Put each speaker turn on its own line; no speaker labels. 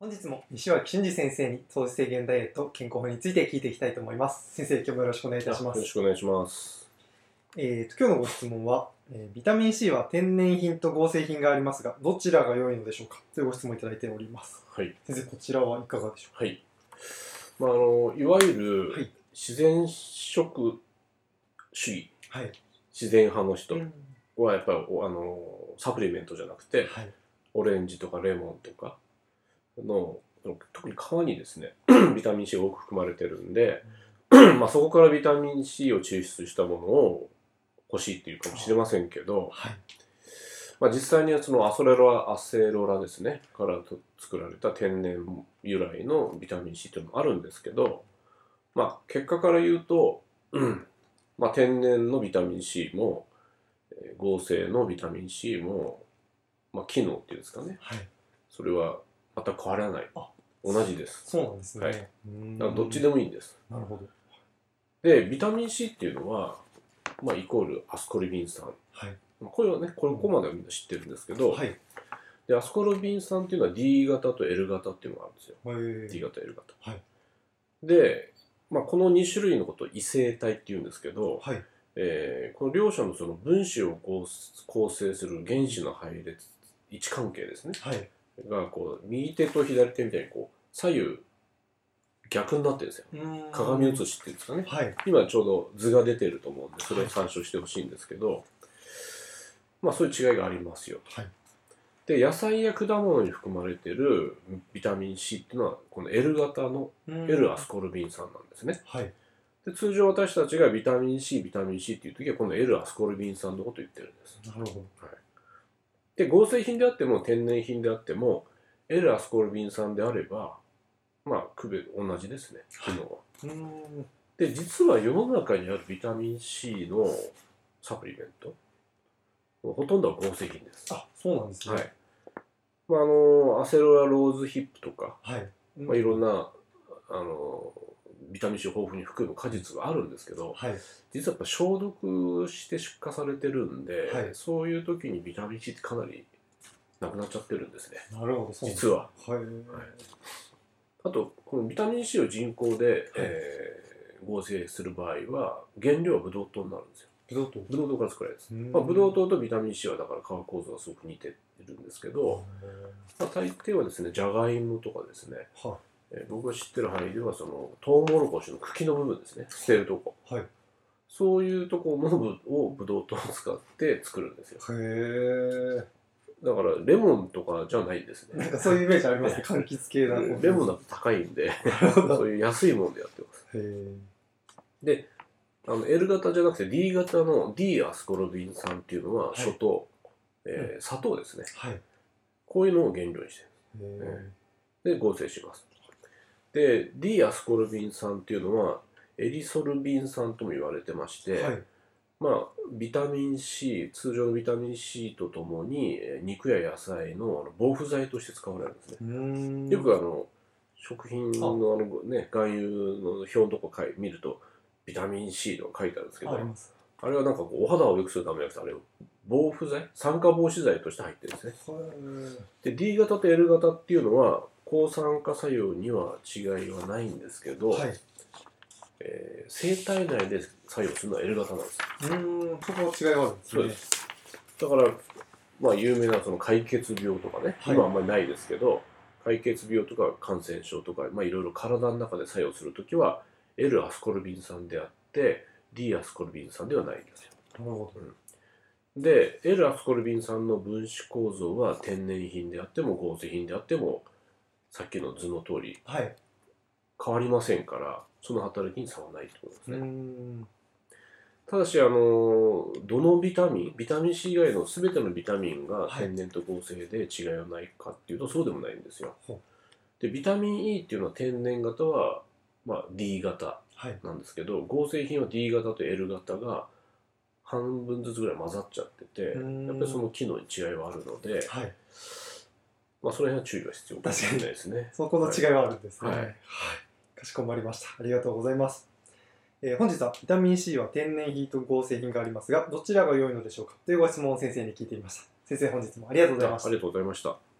本日も西脇俊二先生に糖質制限ダイエット健康法について聞いていきたいと思います先生今日もよろしくお願いいたしま
よろ
す
しくお願いします。
えーと今日のご質問は、えービタミン C は天然品と合成品がありますがどちらが良いのでしょうかというご質問をいただいております
はい。
先生こちらはいかがでしょ
はい。まあ、あの、いわゆる、
はい
自然食主義、
うかはい、
自然派の
う
人
ん
は、やっぱり、おあの、サプリメントじゃなくて、
はい
オレンジとかレモンとかの、特に皮にですね、 ビタミン C が多く含まれてるんで、まあ、そこからビタミン C を抽出したものを欲しいっていうかもしれませんけど、
はい
まあ、実際にはそのアソレロラアセロラですねからと作られた天然由来のビタミン C というのもあるんですけど、まあ、結果から言うと、 うんまあ、天然のビタミン C もえー合成のビタミン C も、まあ、機能っていうんですかね
はい
それは全く変わらない
あ
同じです
そうなんですね、
はいだか
は
らどっちでもいいんです
なるほど
でビタミン C っていうのは、まあ、イコールアスコルビン酸
はい
まあこれはねこれここまではみんな知ってるんですけど、
はいへ
でアスコルビン酸っていうのは D 型と L 型っていうのがあるんですよ、D
ー
型 L 型
はい
で、まあ、この2種類のことを異性体っていうんですけど、
はい
えーこの両者のその分子を構す構成する原子の配列位置関係ですね
はい
がこう右手と左手みたいにこう左右逆になってるんですよ
うん
鏡写しっていうんですかね
はい
今ちょうど図が出てると思うんでそれを参照してほしいんですけど、まあそういう違いがありますよ
はい
で野菜や果物に含まれてるビタミン C っていうのはこの L 型の
うん
L アスコルビン酸なんですね
はい
で通常私たちがビタミン C ビタミン C っていう時はこの L アスコルビン酸のことを言ってるんです
なるほど
で合成品であっても天然品であっても L アスコルビン酸であればまあ区別同じですね機能は、
うん
で実は世の中にあるビタミン C のサプリメントほとんどは合成品です
あそうなんですね
はい、まあ、あのアセロラローズヒップとか
はい、
まあ、いろん
な
なあのビタミン C を豊富に含む果実があるんですけど
はい
実はやっぱ消毒して出荷されてるんで、
はい
そういう時にビタミン C ってかなりなくなっちゃってるんですね
なるほどそうなんです
実は
はい、
あとこのビタミン C を人工で、えー合成する場合は原料はブドウ糖になるんですよ
ブドウ糖
ブドウ糖から作られるんです、
ま
まあ、ブドウ糖とビタミン C はだから化学構造がすごく似てるんですけど、まあ、大抵はですねじゃがいもとかですね
は
えー僕が知ってる範囲ではそのトウモロコシの茎の部分ですね捨てるとこ
いはいへ
そういうとこもぶをブドウ糖を使って作るんですよ
え
だからレモンとかじゃないです
なん
ね
かそういうイメージありますね柑橘系な
レモンだと高いんで
なるほど
そういう安いものでやってます
へえ
あの L 型じゃなくて D 型の D アスコルビン酸っていうのは
はい
諸糖、えー砂糖ですね
はいへ
こういうのを原料にして
え
で合成しますで D アスコルビン酸っていうのはエリソルビン酸とも言われてまして、
はい
まあ、ビタミン C 通常のビタミン C とともにえー肉や野菜のあの防腐剤として使われるんですね
う、ん
よくあの食品のあの、ね、含有の表のとこかい見るとビタミン C とか書いてあるんですけど
あり
あ
ます
れはなんかこうお肌を良くするためじゃなくてあれ防腐剤酸化防止剤として入ってるんですね
へー
で D 型と L 型っていうのは抗酸化作用には違いはないんですけど、
はい
えー生体内で作用するのは L 型なんです
うんそこは違いがあるんですね
そうでだから、まあ、有名なその解決病とかね、
はい
今あんまりないですけど解決病とか感染症とか、まあ、いろいろ体の中で作用するときは L アスコルビン酸であって D アスコルビン酸ではないんですよ
なるほ
で L アスコルビン酸の分子構造は天然品であっても合成品であってもさっきの図の通り
どはい
変わりませんからその働きに差はないってことですね、
うん
ただし、あのどのビタミン、ビタミン C 以外の全てのビタミンが
はい
天然と合成で違いはないかっていうと、そうでもないんですよ
ほ。
で、ビタミン E っていうのは天然型は、まあ、D 型
はい
なんですけど、合成品は D 型と L 型が半分ずつぐらい混ざっちゃってて、
うーん
やっぱりその機能に違いはあるので、
はい
まあ、その辺は注意が必要かもしれないです ね。
そこの違いはあるんですね。
はい
はいかしこまりました。ありがとうございます。えー本日はビタミン C は天然品と合成品がありますが、どちらが良いのでしょうかというご質問を先生に聞いてみました。先生、本日もありがとうござい
あ
まし
あ
た
り。がとうございました。